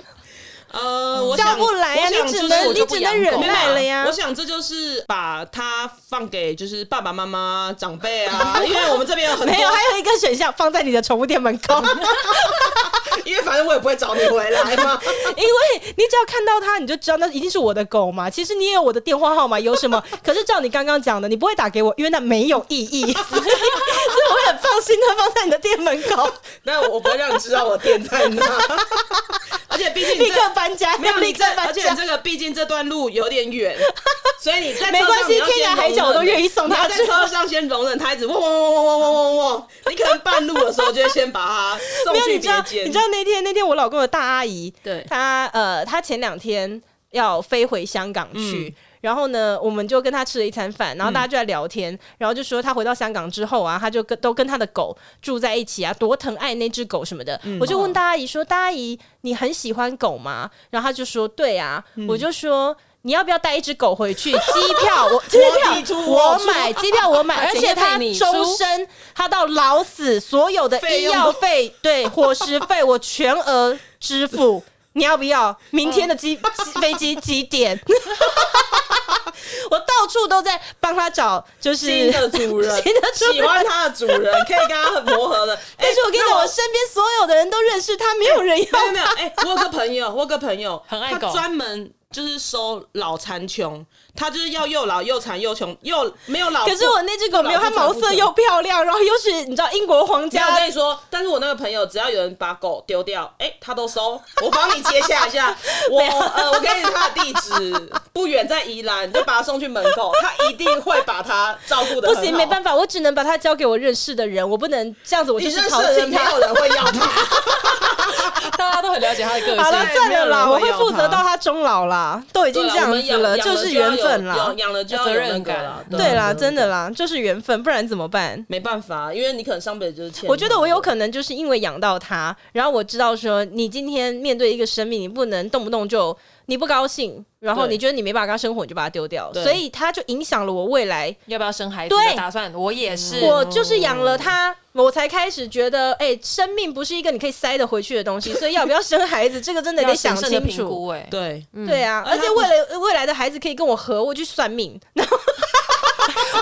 S2: 呃，我
S1: 教
S2: 想
S1: 不来呀、啊
S2: 我想
S1: 你只
S2: 就是
S1: 能
S2: 我
S1: 你
S2: 就
S1: 只
S3: 不
S1: 能
S3: 养
S1: 忍
S3: 狗
S1: 耐
S3: 嘛
S1: 了呀
S2: 我。想这就是把它放给就是爸爸妈妈长辈啊，因为我们这边有很多
S1: 没有，还有一个选项放在你的宠物店门口，
S2: 因为反正我也不会找你回来嘛。
S1: 因为你只要看到它，你就知道那一定是我的狗嘛。其实你也有我的电话号码，有什 么？可是照你刚刚讲的，你不会打给我，因为那没有意义，所以所以我很放心的放在你的店门口，
S2: 那我不会让你知道我店在哪，而且毕竟
S1: 立
S2: 这
S1: 刻搬家，
S2: 没有
S1: 立
S2: 你
S1: 刻
S2: 这，而
S1: 搬
S2: 且
S1: 家。
S2: 这个毕竟这段路有点远，所以你在车上
S1: 没关系
S2: 你要先
S1: 天涯海角
S2: 容忍
S1: 我都愿意送他
S2: 你要
S1: 去
S2: 在车上先容忍他一直汪汪汪汪汪汪汪汪，你可能半路的时候就会先把他送
S1: 没有，
S2: 去
S1: 你知道
S2: 别，间。
S1: 你知道那天那天我老公的大阿姨，
S2: 对
S1: 她呃，她前两天要飞回香港去。
S2: 嗯
S1: 然后呢，我们就跟她吃了一餐饭，然后大家就在聊天，然后就说她回到香港之后啊，她就跟都跟她的狗住在一起啊，多疼爱那只狗什么的。
S2: 嗯
S1: 我就问大阿姨说：“大阿姨，你很喜欢狗吗？”然后她就说：“对啊。我就说。你要不要带一只狗回去？机票 我机票
S2: 你出
S1: 我
S2: 我出
S1: 买，机票我 买，而
S3: 而且
S1: 且它
S3: 配你出
S1: 终身，它到老死所有的
S2: 费
S1: 医
S2: 用
S1: 药
S2: 都
S1: 费、对伙食费，我全额支 付。你要不要？明天的
S2: 哦
S1: 机、机飞机几点？我到处都在帮他找，就是
S2: 新 的主人，
S1: 新的主人
S2: 喜欢他的主人，可以跟他磨合的。哎
S1: 但是我跟你
S2: 那
S1: 讲，我身边所有的人都认识他，没有人
S2: 没
S1: 要。
S2: 有没有，哎、我有个朋友，我有个朋友，
S3: 很爱
S2: 他
S3: 狗
S2: 专门就是收老残穷，他就是要又老又残又穷又没有老不。
S1: 可是我那只狗没有，
S2: 不
S1: 它
S2: 老
S1: 毛
S2: 不长不
S1: 色
S2: 久
S1: 又漂亮，然后又是你知道英国皇
S2: 没有，我
S1: 家
S2: 跟你说，但是我那个朋友，只要有人把 狗丢掉，哎、他都收。我帮你接下一下，我呃，我给你他的地址，不远在宜兰，你就把他送去门口，他一定会把他照顾的
S1: 不行，没办
S2: 法，
S1: 法，我只能把它交给我认识的人，我不能这样子，我
S4: 你
S1: 就
S4: 认
S1: 是
S4: 识
S1: 抛
S4: 的人
S1: 弃
S4: 没
S1: 他
S4: 有。人会要他，
S3: 大家都很了解他的个性。
S1: 好了，
S4: 对
S1: 算
S4: 没有人
S1: 了啦，
S4: 会
S1: 我会
S4: 要
S1: 负责
S4: 他
S1: 到他终老啦，都已经
S2: 对啦
S1: 这样
S2: 我们
S1: 子
S2: 养
S1: 了，
S2: 养
S1: 就是缘分
S2: 就要有
S1: 啦
S2: 有。养了就
S3: 有
S2: 要有
S3: 责任
S2: 那个
S3: 感
S2: 啦，
S1: 对啊啦，
S2: 责
S1: 真
S2: 任
S1: 的
S2: 感
S1: 啦，就是缘分，不然怎么办？
S2: 没办法，因为你可能上辈子就是欠。
S1: 我觉得我有可能就是因为养到他，然后我知道说，你今天面对一个生命，你不能动不动就你不高兴，然后
S2: 对
S1: 你觉得你没办法跟他生活，你就把他丢掉，
S2: 对
S1: 所以他就影响了我未来。
S3: 要不要生孩子
S1: 对
S3: 的打算？我也是，
S1: 我就是养了他，我才开始觉得，哎、生命不是一个你可以塞得回去的东西，所以要不要生孩子，这个真的得
S3: 要
S1: 想
S3: 审慎的
S1: 清
S3: 评
S1: 楚。
S3: 估。哎，
S2: 对，
S1: 对啊，而且为了未来的孩子可以跟我合，我去算命，然后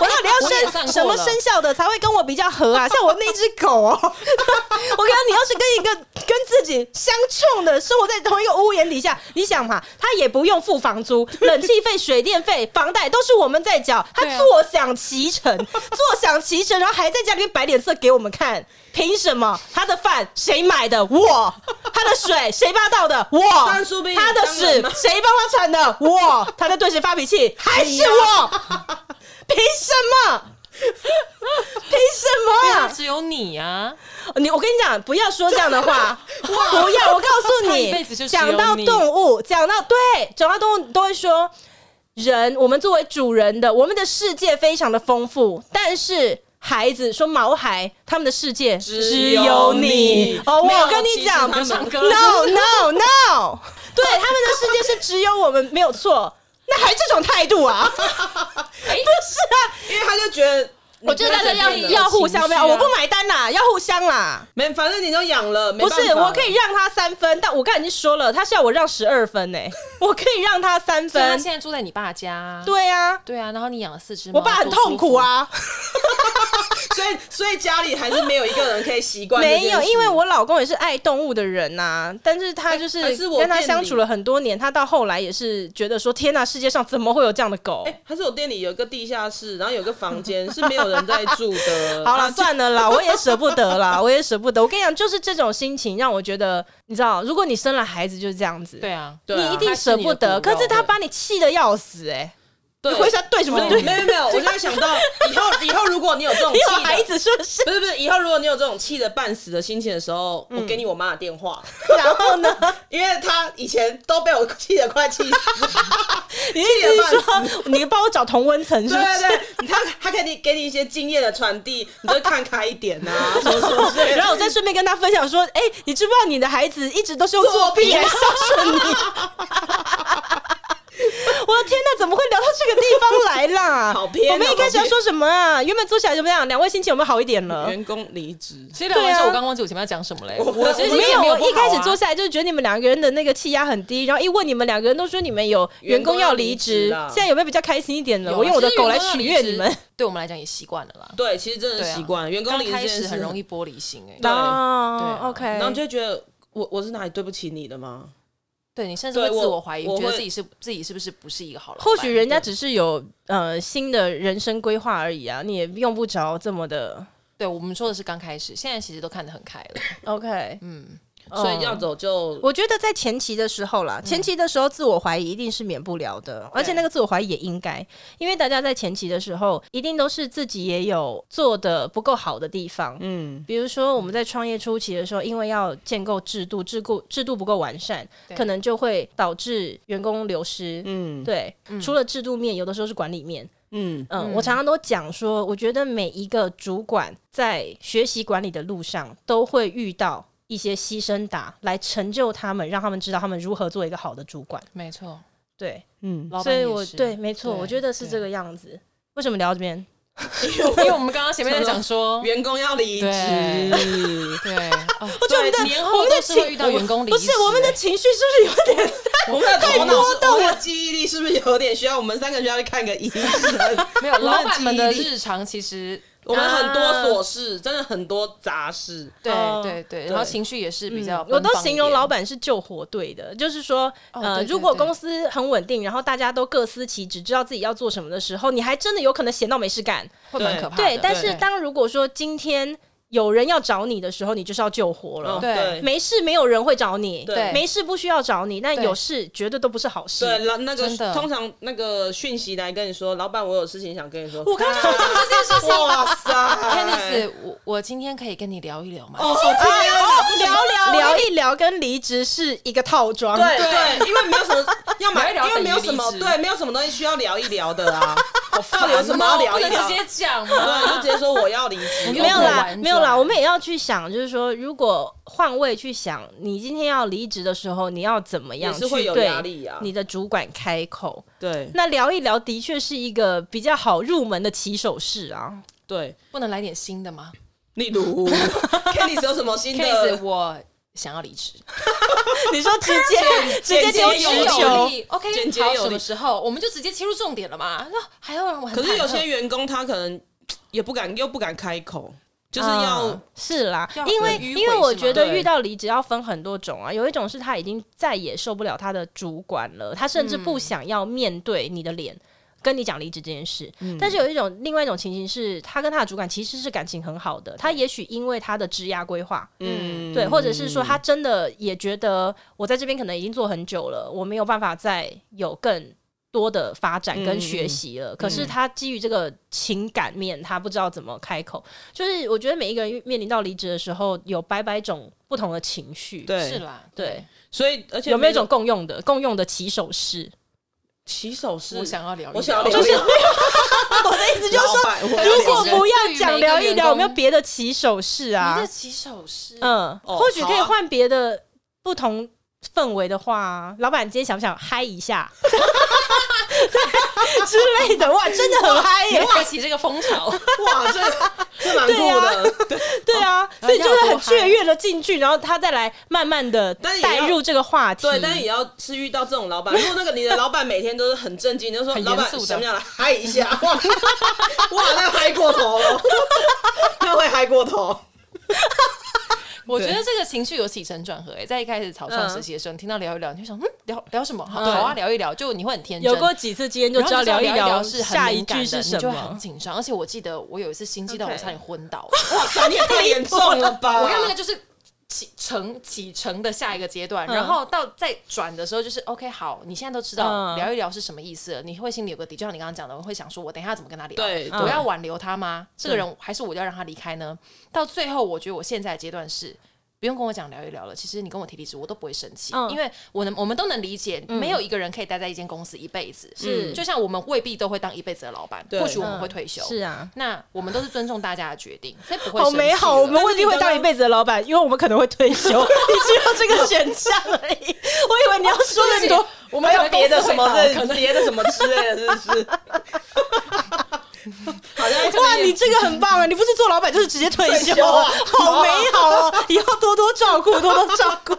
S1: 我到底
S3: 我也
S1: 要
S3: 算
S1: 生
S3: 过
S1: 什么
S3: 了
S1: 生肖的才会跟我比较合啊？像我那只狗哦，我 跟你讲，你要是跟一个跟自己相冲的生活在同一个屋檐底下，你想嘛，他也不用付房租、冷气费、水电费、房贷都是我们在缴，他
S3: 对啊
S1: 坐享其成，坐享其成，然后还在家里面摆脸色给我们看，凭什么？他的饭谁买的？我。他的水谁帮他倒的？我。
S2: 但说不定
S1: 他的
S2: 当然
S1: 屎
S2: 嘛
S1: 谁帮他铲的？我，他在对谁发脾气？还是我？凭什 么？凭什么
S3: 他
S1: 啊？
S3: 只有你啊，
S1: 你我跟你讲，不要说这样的 话，不要！我告诉
S3: 他
S1: 你
S3: 一辈子就，只有
S1: 讲
S3: 你
S1: 到动物，讲到对，讲到动物都会说，人我们作为主人的，我们的世界非常的丰富，但是。孩子说毛孩，他们的世界
S2: 只有你
S1: 哦，
S2: 没有
S1: 我跟你
S2: 其实
S1: 讲，
S2: 他们
S3: 唱歌
S1: No no no！对， 他们的世界是只有我们没有错，那还这种态度 啊？不是
S3: 哎，
S1: 啊，
S2: 因为他就觉得，
S1: 我觉得大家要要互相不
S3: 情
S1: 要，
S3: 绪
S1: 我
S3: 啊
S1: 不买单啦，要互相啦。
S2: 没，反正你都养了，没
S1: 不是，
S2: 办法
S1: 我可以让他三分，但我刚才已经说了，他是要我让十二 分呢、我可以让他三
S3: 所以他
S1: 分。
S3: 现在住在你爸家，
S1: 对啊，
S3: 对啊，然后你养了四只猫，
S1: 我爸很痛苦啊，
S2: 所以所以家里还是没有一个人可以习惯这件事。
S1: 没
S2: 哎
S1: 有，因为我老公也是爱动物的人呐、但是他就
S2: 还还
S1: 是
S2: 是我
S1: 跟他
S2: 店里
S1: 相处了很多年，他到后来也是觉得说，天呐，世界上怎么会有这样的狗？
S2: 哎、还是我店里有一个地下室，然后有个房间是没有人在住的。
S1: 好
S2: 啊
S1: 了，算了啦，我也舍不得啦，我也舍不得。我跟你讲，就是这种心情让我觉得，你知道，如果你生了孩子就是这样子，
S3: 对啊，
S2: 对啊
S1: 你一定舍不得。
S3: 他是你的骨肉
S1: 可是他把你气的要死、哎，
S2: 对，
S1: 你回想对什么
S2: 没
S1: 对？
S2: 有没有没有，我现在想到 以后以后如果你有这种
S1: 你有啊
S2: 气
S1: 孩
S2: 的，
S1: 子是不是？
S2: 不是不是，以后如果你有这种气的半死的心情的时候，
S1: 嗯
S2: 我给你我妈的电话，
S1: 然后呢？
S2: 因为她以前都被我气的快 气死。
S1: 你
S2: 气得
S1: 一直
S2: 半
S1: 说你帮我找同温层，是
S2: 对啊
S1: 不
S2: 对
S1: 是？
S2: 对，你她她给你给你一些经验的传递，你就看开一点 呐、啊，什么什么之类的
S1: 然后我再顺便跟他分享说，哎、你知不知道你的孩子一直都是用作弊来孝顺你？ 我的天哪，怎么会聊到这个地方来啦？
S2: 好偏哦
S1: 我们一开始要说什么啊？原本做起来怎么样？两位心情有没有好一点了？
S2: 员工离职，
S3: 其实聊完之
S1: 对啊
S3: 后，我刚忘记我前面要讲什么嘞。
S2: 我
S3: 我其实
S1: 没有，我
S3: 不好啊
S1: 一开始坐下来就是觉得你们两个人的那个气压很低，然后一问你们两个人都说你们有员工要离职
S2: 员工要离职啦，
S1: 现在有没有比较开心一点了？
S3: 有啊
S1: 我用我的
S3: 其实
S1: 狗来
S3: 员工要
S1: 取
S3: 离
S1: 悦
S3: 职
S1: 你 们。
S3: 对我们来讲也习惯了啦。
S2: 对，其实真的
S3: 对啊
S2: 习惯、员工
S3: 刚
S2: 离职
S3: 开
S2: 这件
S3: 始
S2: 事
S3: 很容
S2: 易，
S3: 易玻璃心哎、
S2: 对
S1: 哦
S3: 对啊
S1: ，OK，
S2: 然后就会觉得我我是哪里对不起你的吗？
S3: 对你甚至会
S2: 对我
S3: 自我怀疑，
S2: 我会
S3: 觉得自己是自己是不是不是一个好老板？
S1: 或许人家
S3: 对
S1: 只是有呃新的人生规划而已啊，你也用不着这么的
S3: 对我们说的是刚开始，现在其实都看得很开了。
S1: OK，
S3: 嗯，
S2: 所以要
S1: 嗯
S2: 走就
S1: 我觉得在前期的时候啦，前期的时候自我怀疑一定是免不了的，而且那个自我怀疑也应该，因为大家在前期的时候一定都是自己也有做的不够好的地方，嗯，比如说我们在创业初期的时候，因为要建构制度，制度制度不够完善，
S3: 对
S1: 可能就会导致员工流失，嗯，对，除了制度面，有的时候是管理面。嗯嗯，我常常都讲说，我觉得每一个主管在学习管理的路上都会遇到一些牺牲打来成就他们，让他们知道他们如何做一个好的主管。
S3: 没错，
S1: 对，
S2: 嗯
S3: 老
S1: 所
S3: 板
S1: 以
S3: 也
S1: 我
S3: 是
S1: 对，没错，我觉得是这，个样子。为什么聊到这边？
S3: 对因为我们刚刚前面在 讲说，
S2: 员工要离
S3: 对
S2: 职。
S3: 对，
S1: 我
S3: 我
S1: 觉得我们的
S3: 年
S1: 我
S3: 后
S1: 们的
S3: 都是
S1: 情
S3: 会遇到员工离
S1: 不
S3: 职，
S1: 是我们的
S3: 哎
S1: 情绪是不是有点？
S2: 我们的
S1: 太
S2: 头脑
S1: 波
S2: 是、
S1: 动
S2: 我们的记忆力是不是有点需要？我们三个需要去看个医 生。
S3: 没有
S2: 我们的
S3: 老板们的
S2: 记忆力
S3: 日常其实。
S2: 我们很多琐事，真的很多杂事。
S3: 对
S1: 哦
S3: 对对，然后情绪也是比较、
S1: 嗯我都形容老，板是救火队的，就是说，
S3: 哦
S1: 呃，
S3: 对对
S1: 如果
S3: 对
S1: 公司很稳定，然后大家都各司其职，知道自己要做什么的时候，你还真的有可能闲到没事干。
S3: 会蛮可怕的。
S1: 对，但是
S3: 对
S1: 当如果说今天有人要找你的时候，你就是要救活了。
S2: 嗯
S3: 对
S2: 对
S1: 没事，没有人会找你。
S2: 对
S1: 没事不需要找你，但
S3: 对
S1: 有事绝对都不是好事。
S2: 对，那那个
S3: 真的
S2: 通常那个讯息来跟你说，老板，我有事情想跟你说。
S3: 我刚刚就讲这件事情。
S2: 哇 塞
S3: Tennis，我我今天可以跟你聊一聊吗？
S2: 哦天啊，不行
S1: 聊哎聊一聊跟离职是一个套装。
S2: 对对，因为没有什 么，要么
S3: 聊一聊
S2: 因为没有什么
S3: 等于离职
S2: 对，没有什么东西需要聊一聊的 啊。到底有什么要聊
S3: 不
S2: 一
S3: 能
S2: 聊
S3: 直？接讲
S2: 对，
S3: 吗
S2: 就？直接说我要离 职。
S1: 没有
S3: 用
S1: 啦，
S3: 完
S1: 没有啦，
S3: 转
S1: 我们也要去想，就是说，如果换位去想，你今天要离职的时候，你要怎么样
S2: 也
S1: 去
S2: 是会有压力
S1: 对
S2: 啊
S1: 你的主管开口？
S2: 对
S1: 那聊一聊，的确是一个比较好入门的起手式啊。
S2: 对，
S3: 不能来点新的吗
S2: 例如 Kenny 有什么新
S3: k e n
S2: 的
S3: n？我想要离职，
S1: 你说直 接直接
S2: 简洁
S1: 丢
S2: 有
S1: 直
S2: 力
S1: 球，
S3: OK，
S2: 简洁
S3: 好，
S2: 有
S3: 什么
S2: 力
S3: 时候我们就直接切入重点了嘛？那还要让我很
S2: 可是有
S3: 忐忑
S2: 些员工他可能也不敢，又不敢开口，就是
S1: 嗯
S2: 要
S1: 是啦，
S3: 要
S1: 因为
S3: 很迂回
S1: 因为我
S3: 是吗
S1: 觉得
S2: 对
S1: 遇到离职要分很多种啊，有一种是他已经再也受不了他的主管了，他甚至不
S3: 嗯
S1: 想要面对你的脸。跟你讲离职这件事，
S3: 嗯
S1: 但是有一种另外一种情形是，他跟他的主管其实是感情很好的，他也许因为他的职涯规划，
S2: 嗯
S1: 对，或者是说他真的也觉得我在这边可能已经做很久了，我没有办法再有更多的发展跟
S3: 嗯
S1: 学习了。可是他基于这个情感面，他不知道怎么开口。就是我觉得每一个人面临到离职的时候，有百百种不同的情绪。
S3: 是
S2: 对，
S3: 啦，
S1: 对，
S2: 所以而且
S1: 有没有一
S2: 那
S1: 种共用的共用的起手式？
S2: 起手式？
S3: 我想要聊一聊，
S2: 我想要聊，
S1: 就是
S2: 我的意
S1: 思就是说
S2: 说
S1: 如果
S3: 其实
S1: 不要
S3: 对于每
S1: 讲
S3: 个
S1: 聊一
S3: 员
S1: 聊，有没有
S3: 工
S1: 别的起手式啊？
S3: 你的起手是
S1: 嗯，
S2: 哦
S1: 或许可以
S2: 好啊
S1: 换别的不同氛围的话、啊，老板今天想不想嗨一 下 之类的？哇，真的很嗨耶！
S3: 带起这个风 潮，
S2: 哇，这这蛮酷的，对
S1: 对啊，所以就
S3: 要
S1: 是
S3: 多
S1: 很雀
S3: 嗨
S1: 跃的进去，然后他再来慢慢的
S2: 但也
S1: 带
S2: 要
S1: 入这个话题。
S2: 对，但也要是遇到这种 老板，如果那个你的老板每天都是很震惊，就说
S3: 很
S2: 老
S3: 严
S2: 板
S3: 肃的
S2: 想不想来？
S4: 嗨一下， 哇，哇，那嗨过头了，那会嗨过头。
S3: 我觉得这个情绪有起承转合、欸。在一开始草
S2: 嗯
S3: 创时期的时候，你听到聊一聊，你就想，嗯，聊聊什么？好好啊，聊一聊，就你会很天真。
S1: 有过几次今天就
S3: 然后
S1: 知道
S3: 你知
S1: 一
S3: 道聊
S1: 聊
S3: 是很
S1: 下一
S3: 敏感
S1: 句
S3: 的
S1: 是
S3: 你
S1: 什
S3: 就会很
S1: 么。
S3: 紧张。而且我记得我有一次心悸到我差点 昏倒。
S2: 哇塞，你也太严重了吧！
S3: 我看那个就是启程启程的下一个阶段，
S1: 嗯
S3: 然后到再转的时候，就是 OK，好，你现在都知道
S1: 嗯
S3: 聊一聊是什么意思了，你会心里有个底，就像你刚刚讲的，我会想说，我等一下怎么跟他聊？
S2: 对
S3: 我要挽留他吗？这个人还是我要让他离开呢？到最后，我觉得我现在的阶段是。不用跟我讲聊一聊了，其实你跟我提离职，我都不会生气，
S1: 嗯
S3: 因为我能，我们都能理解，没有一个人可以待在一间公司一辈子，
S1: 是
S3: 就像我们未必都会当一辈子的老板，
S2: 对
S3: 或许我
S1: 嗯
S3: 们会退休，
S1: 是啊，
S3: 那我们都是尊重大家的决定，所以不会
S1: 好
S3: 生气
S1: 美好，
S3: 了
S1: 我们未必会当一辈子的老板，因为我们可能会退休，你只有这个选项而已。我以为你要说更多，
S4: 我们有别的什么
S3: 可能公
S4: 的，
S3: 司会倒
S4: 别的什么之类的，是不是？
S2: 好像
S1: 哇，你这个很棒啊！你不是做老板就是直接退休
S4: 退休
S1: 啊
S4: 啊，
S1: 好美好哦！以后多多照顾，多多照顾。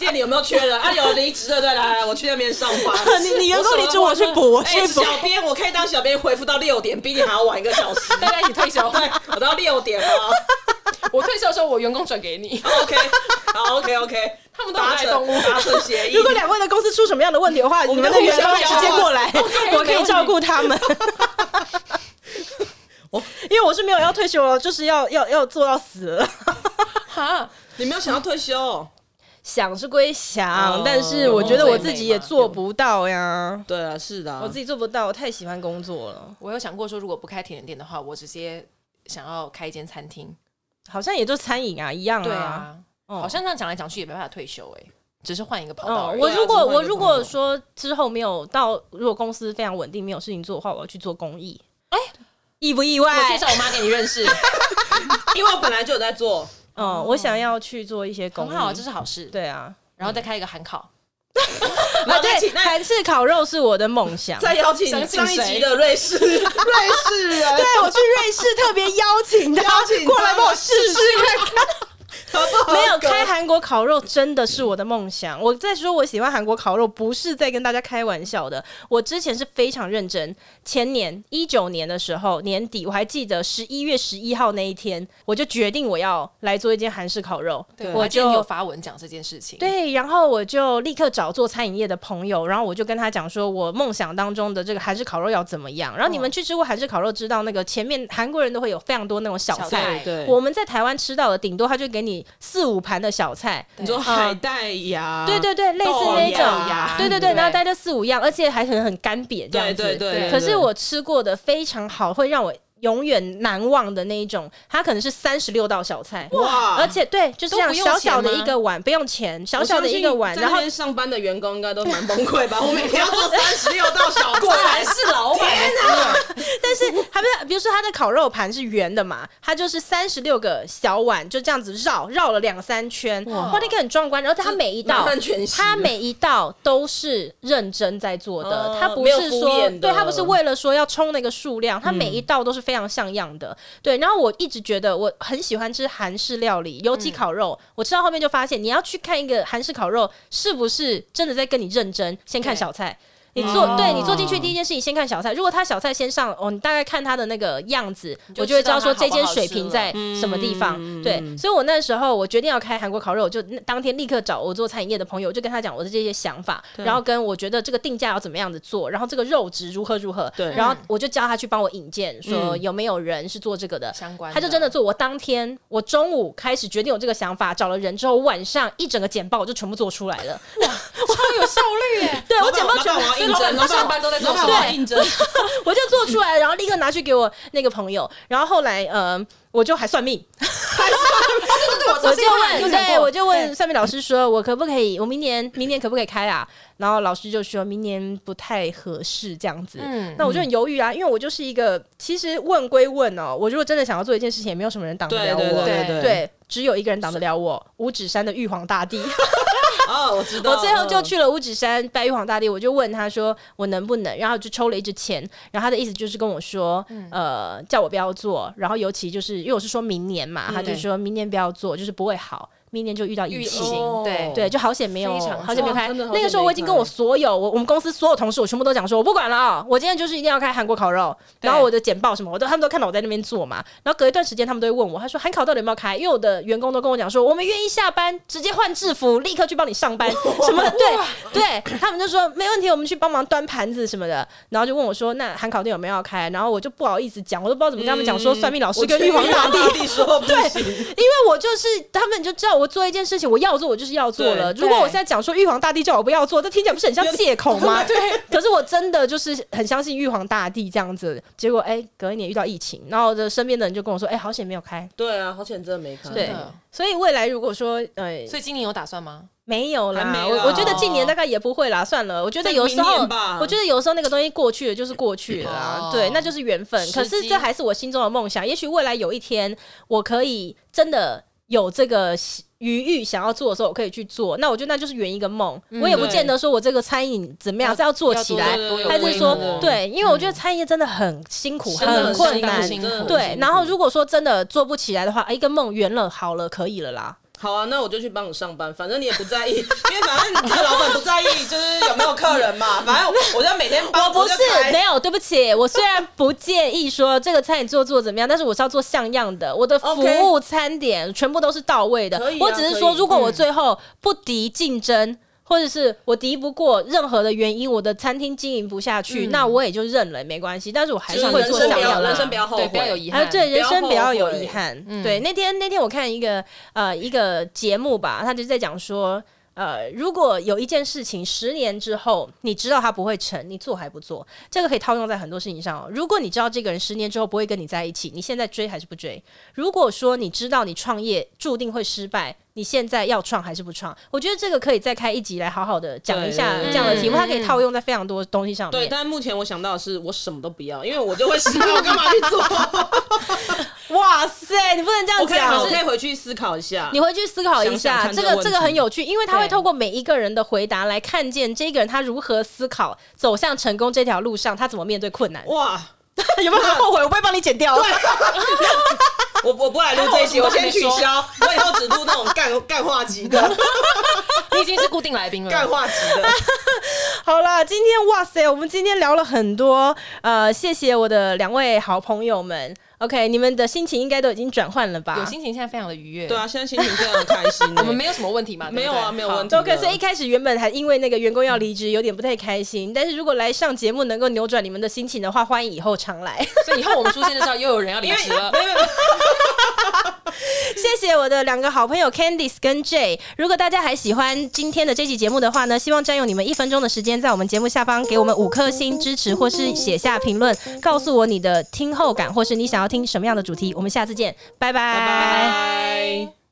S2: 店里有没有缺人？啊，有离职的，对，来来，我去那边上 班。
S1: 你你员工
S2: 什么
S1: 离职我去补我
S2: 哎
S1: 去补
S2: 小编，我可以当小编，回复到六点，比你还要晚一个小时。
S3: 大家一起退休。
S2: 对，我到六点了。。
S3: 我退休的时候，我员工转给你
S2: OK，好，OK OK，
S3: 他们都很
S2: 达
S3: 爱
S2: 成
S3: 动物
S2: 达成协议
S1: 如。果两位的公司出什么样的问题的话，你
S2: 们
S1: 们的
S2: 互
S1: 员
S2: 相
S1: 工可以直接
S2: 交换
S1: 过来， 我可以照顾他们。 因为我是没有要退休了，就是要要要做到死了。
S3: 哈，
S2: 你没有想要退休？
S1: 想是归想
S2: 哦
S1: 但是我觉得我自己也
S3: 有梦最美嘛
S1: 做不到呀，
S2: 对啊，是的啊。
S1: 我自己做不到，我太喜欢工作了，
S3: 我有想过说，如果不开甜点店的话，我直接想要开一间餐厅。
S1: 好像也就餐饮啊一样
S3: 对啊，
S1: 哦
S3: 好像这样讲来讲去也没办法退休哎、只是换一个跑道
S1: 哦
S3: 而，已。
S1: 我
S2: 对啊
S1: 如
S2: 这
S1: 果
S2: 换一
S1: 我
S2: 个
S1: 如
S2: 工
S1: 果
S2: 作
S1: 说之后没有到，如果公司非常稳定，没有事情做的话，我要去做公益。
S3: 哎
S1: 意不意外
S3: 我？介绍我妈给你认识，
S2: 因为我本来就有在做，
S1: 嗯，我想要去做一些公
S3: 很
S1: 益，
S3: 好，这是好事。，
S1: 对 啊，
S3: 然后再开一个韩烤，
S2: 然
S1: 啊
S2: 后再
S1: 对
S2: 请，那
S1: 韩式烤肉是我的梦想。
S2: 再邀请
S3: 想请
S2: 上一
S3: 谁
S2: 集的瑞士，
S4: 瑞士人，
S1: 对，我去瑞士特别邀请他
S4: 邀请
S1: 过来
S4: 他
S1: 帮我
S4: 来
S1: 试试看看。 没有开韩国烤肉真的是我的梦想。我在说我喜欢韩国烤肉，不是在跟大家开玩笑的。我之前是非常认真。前年一九年的时候，年底我还记得十一月十一号那一天，我就决定我要来做一间韩式烤肉。我
S3: 我就有
S1: 就
S3: 发文讲这件事情。，
S1: 对，然后我就立刻找做餐饮业的朋友，然后我就跟他讲说，我梦想当中的这个韩式烤肉要怎么样。然后你们去吃过韩式烤肉，知道那个前面韩国人都会有非常多那种小
S3: 小
S1: 菜。
S3: 菜
S2: 对
S1: 我们在台湾吃到的，顶多他就给你四五盘的小菜，
S2: 你说海带芽，
S1: 对对对，类似
S2: 啊豆
S1: 那
S2: 芽
S1: 种，对对对，
S3: 对
S1: 然后带这四五样，而且还很很干瘪这样
S2: 对
S1: 子。
S2: 对对。
S3: 对
S1: 可是我吃过的非常好，会让我永远难忘的那一种，它可能是三十六道小菜。
S2: 哇
S1: 而且对，就是这样
S3: 都不用钱
S1: 小小的
S3: 吗
S1: 一个碗，不用钱，小小的一个碗，
S2: 我相信在
S1: 然后
S2: 那边上班的员工应该都蛮崩溃吧？我每天要做三十六道小
S3: 果
S2: 菜，
S3: 然是老板的思维。
S1: 但 是它不是，比如说它的烤肉盘是圆的嘛，它就是三十六个小碗，就这样子绕绕了两三圈，哇，那个很壮观。然后它每一道
S2: 满汉全，席
S1: 它每一道都是认真在做的
S2: 哦，
S1: 它不
S2: 没有
S1: 是
S2: 敷
S1: 说
S2: 衍的
S1: 对，它不是为了说要冲那个数量，它每一道都是非常像样的。对，然后我一直觉得我很喜欢吃韩式料理，尤其烤肉。我吃到后面就发现，你要去看一个韩式烤肉是不是真的在跟你认真，先看
S3: 对
S1: 小菜。你做、
S3: 哦
S1: 对你做进去第一件事情，先看小菜。如果他小菜先上，哦，你大概看他的那个样子，
S3: 就
S1: 我就会知道说
S3: 知道
S1: 这
S3: 它好
S1: 间
S3: 不好吃
S1: 水平在什么地方。对，所以我那时候我决定要开韩国烤肉，我就那当天立刻找我做餐饮业的朋友，我就跟他讲我的这些想法，然后跟我觉得这个定价要怎么样子做，然后这个肉质如何如何，
S2: 对
S1: 然后我就叫他去帮我引荐，说有没有人是做这个的
S3: 相关的
S1: 他就真的做。我当天我中午开始决定有这个想法，找了人之后，晚上一整个简报我就全部做出来了。
S3: 超有效率耶！
S1: 对我
S2: 老板
S1: 简报
S2: 老
S1: 全
S2: 板
S1: 部
S2: 我要
S3: 所以
S2: 应征，
S3: 老板不
S2: 老板
S3: 上班都在做
S2: 老板
S3: 什
S2: 我
S3: 么
S2: 要应征，
S1: 我就做出来，然后立刻拿去给我那个朋友。然后后来，呃，我就还算命，
S3: 对，我
S1: 我就问，对，我就问
S3: 对
S1: 算命老师说，我可不可以，我明年明年可不可以开啊？然后老师就说明年不太合适这样子。
S3: 嗯
S1: 那我就很犹豫啊，因为我就是一个，其实问归问哦，我如果真的想要做一件事情，也没有什么人挡得
S2: 对
S1: 了我。
S2: 对对
S3: 对
S1: 对只有一个人挡得了我，五指山的玉皇大帝。
S2: 哦，我知道，
S1: 我最后就去了五指山拜玉皇大帝，我就问他说我能不能，然后就抽了一支签，然后他的意思就是跟我说，
S2: 嗯
S1: 呃，叫我不要做，然后尤其就是因为我是说明年
S2: 嗯
S1: 嘛，他就说明年不要做，就是不会好，明年就遇到疫
S3: 疫
S1: 情。
S2: 哦
S3: 情，对
S1: 对，就好险没有，
S3: 非常
S1: 好险没有
S2: 哇
S1: 开。
S2: 哦真的好
S1: 那个
S2: 险
S1: 时候
S2: 没
S1: 我已经跟我
S2: 开
S1: 所有我我们公司所有同事，我全部都讲说，我不管了啊、我今天就是一定要开韩国烤肉。
S3: 对
S1: 然后我的简报什么，我都他们都看到我在那边做嘛。然后隔一段时间，他们都会问我，他说韩烤到底有没有开？因为我的员工都跟我讲说，我们愿意下班直接换制服，立刻去帮你上班什 么的。对对，他们就说没问题，我们去帮忙端盘子什么的。然后就问我说，那韩烤店有没有要开？然后我就不好意思讲，我都不知道怎么跟他们讲说，
S2: 嗯
S1: 算命老师跟玉皇大帝。
S4: 帝说 不行，
S1: 因为我就是他们就知道我做一件事情，我要做我就是要做了。
S3: 对
S1: 如果我现在讲说玉皇大帝叫我不要做，这听起来不是很像借口吗？对。 可是我真的就是很相信玉皇大帝这样子。结果哎、隔一年遇到疫情，然后我的身边的人就跟我说，哎、好险没有开。
S2: 对啊，好险真的没看，
S1: 对
S3: 真的，
S1: 所以未来如果说呃
S3: 所以今年有打算吗？
S1: 没有啦，
S2: 还没啦
S1: 我我觉得近年大概也不会啦，算了。我觉得有时
S2: 明
S1: 候
S2: 年吧，
S1: 我觉得有时候那个东西过去了就是过去了啊，
S3: 哦
S1: 对，那就是缘分。
S3: 时机
S1: 可是这还是我心中的梦想，也许未来有一天我可以真的有这个余欲想要做的时候，我可以去做。那我觉得那就是圆一个梦，我也不见得说我这个餐饮怎么样是要做起来
S3: 要。多有
S1: 还
S3: 规
S1: 是
S3: 模
S1: 说，对，因为我觉得餐饮业真的很辛苦，
S2: 真的
S1: 很困
S2: 辛苦
S1: 难
S2: 真，的嗯很
S1: 对
S2: 辛。苦
S1: 然后如果说真的做不起来的话，哎一个梦圆了，好了，可以了啦。
S2: 好啊，那我就去帮你上班，反正你也不在意，因为反正你这个老板不在意， 就是有没有客人嘛，反 正我就每天帮
S1: 我不是
S2: 就开
S1: 没有，对不起，我虽然不介意说这个餐饮做做怎么样，但是我是要做像样的，我的服
S2: OK
S1: 务、餐点全部都是到位的。
S2: 可以啊
S1: 我只是说，
S2: 可以
S1: 如果我最后不敌竞争。或者是我敌不过任何的原因，我的餐厅经营不下去，那我也就认了，没关系。但是我还
S2: 嗯就是是
S1: 会
S2: 人
S1: 做
S2: 生
S1: 像
S2: 不
S1: 样
S2: 要
S1: 的。
S2: 人生不要后
S3: 对，
S2: 悔，
S3: 不要有遗
S1: 啊，
S3: 憾。嗯
S1: 对，人
S2: 要
S1: 生
S2: 后
S1: 不要有
S2: 悔
S1: 遗憾。对，那天那天我看一个呃一个节目吧，他就在讲说，呃，如果有一件事情十年之后你知道它不会成，你做还不做，这个可以套用在很多事情上哦。如果你知道这个人十年之后不会跟你在一起，你现在追还是不追？如果说你知道你创业注定会失败。你现在要创还是不创？我觉得这个可以再开一集来好好的讲一下
S2: 对对
S1: 这
S2: 对
S1: 样的题目，
S3: 嗯
S1: 它可以套用在非常多东西上面。
S2: 对，但目前我想到的是，我什么都不要，因为我就会失败，我干嘛去 做？
S1: 哇塞，你不能这样
S2: 我可以
S1: 讲，哦
S2: 我可以回去思考一下。
S1: 你回去思考一
S2: 想
S1: 下，
S2: 想
S1: 这
S2: 看这个
S1: 个
S2: 问
S1: 这
S2: 题
S1: 个很有趣，因为他会
S3: 对
S1: 透过每一个人的回答来看见这个人他如何思考，走向成功这条路上他怎么面对困难。
S2: 哇，
S1: 有没有很后悔？我不会帮你剪掉。对，
S4: 我我不来录这一集，
S3: 还好我
S4: 我
S3: 什么都
S4: 先
S3: 没
S4: 取
S3: 说
S4: 消，我以后只录那种干干话集 的，
S3: 你已经是固定来宾
S4: 干
S3: 了。
S4: 话集的。
S1: 啊好啦，今天哇塞，我们今天聊了很多，呃，谢谢我的两位好朋友们。OK，你们的心情应该都已经转换了吧
S3: 有心情现在非常的愉悦。
S2: 对，啊，现在心情非常开 心欸。
S3: 我们没有什么问题嘛？
S2: 没有啊没有问题
S1: ？OK，所以一开始原本还因为那个员工要离职有点不太开心，但是如果来上节目能够扭转你们的心情的话，欢迎以后常来。
S3: 所以以后我们出现的时候，又有人要离职了。
S1: 谢谢我的两个好朋友 Candice 跟 J。如果大家还喜欢今天的这期节目的话呢，希望占用你们一分钟的时间，在我们节目下方给我们五颗星支持，或是写下评论，告诉我你的听后感，或是你想要听什么样的主题。我们下次见，拜拜
S2: 拜。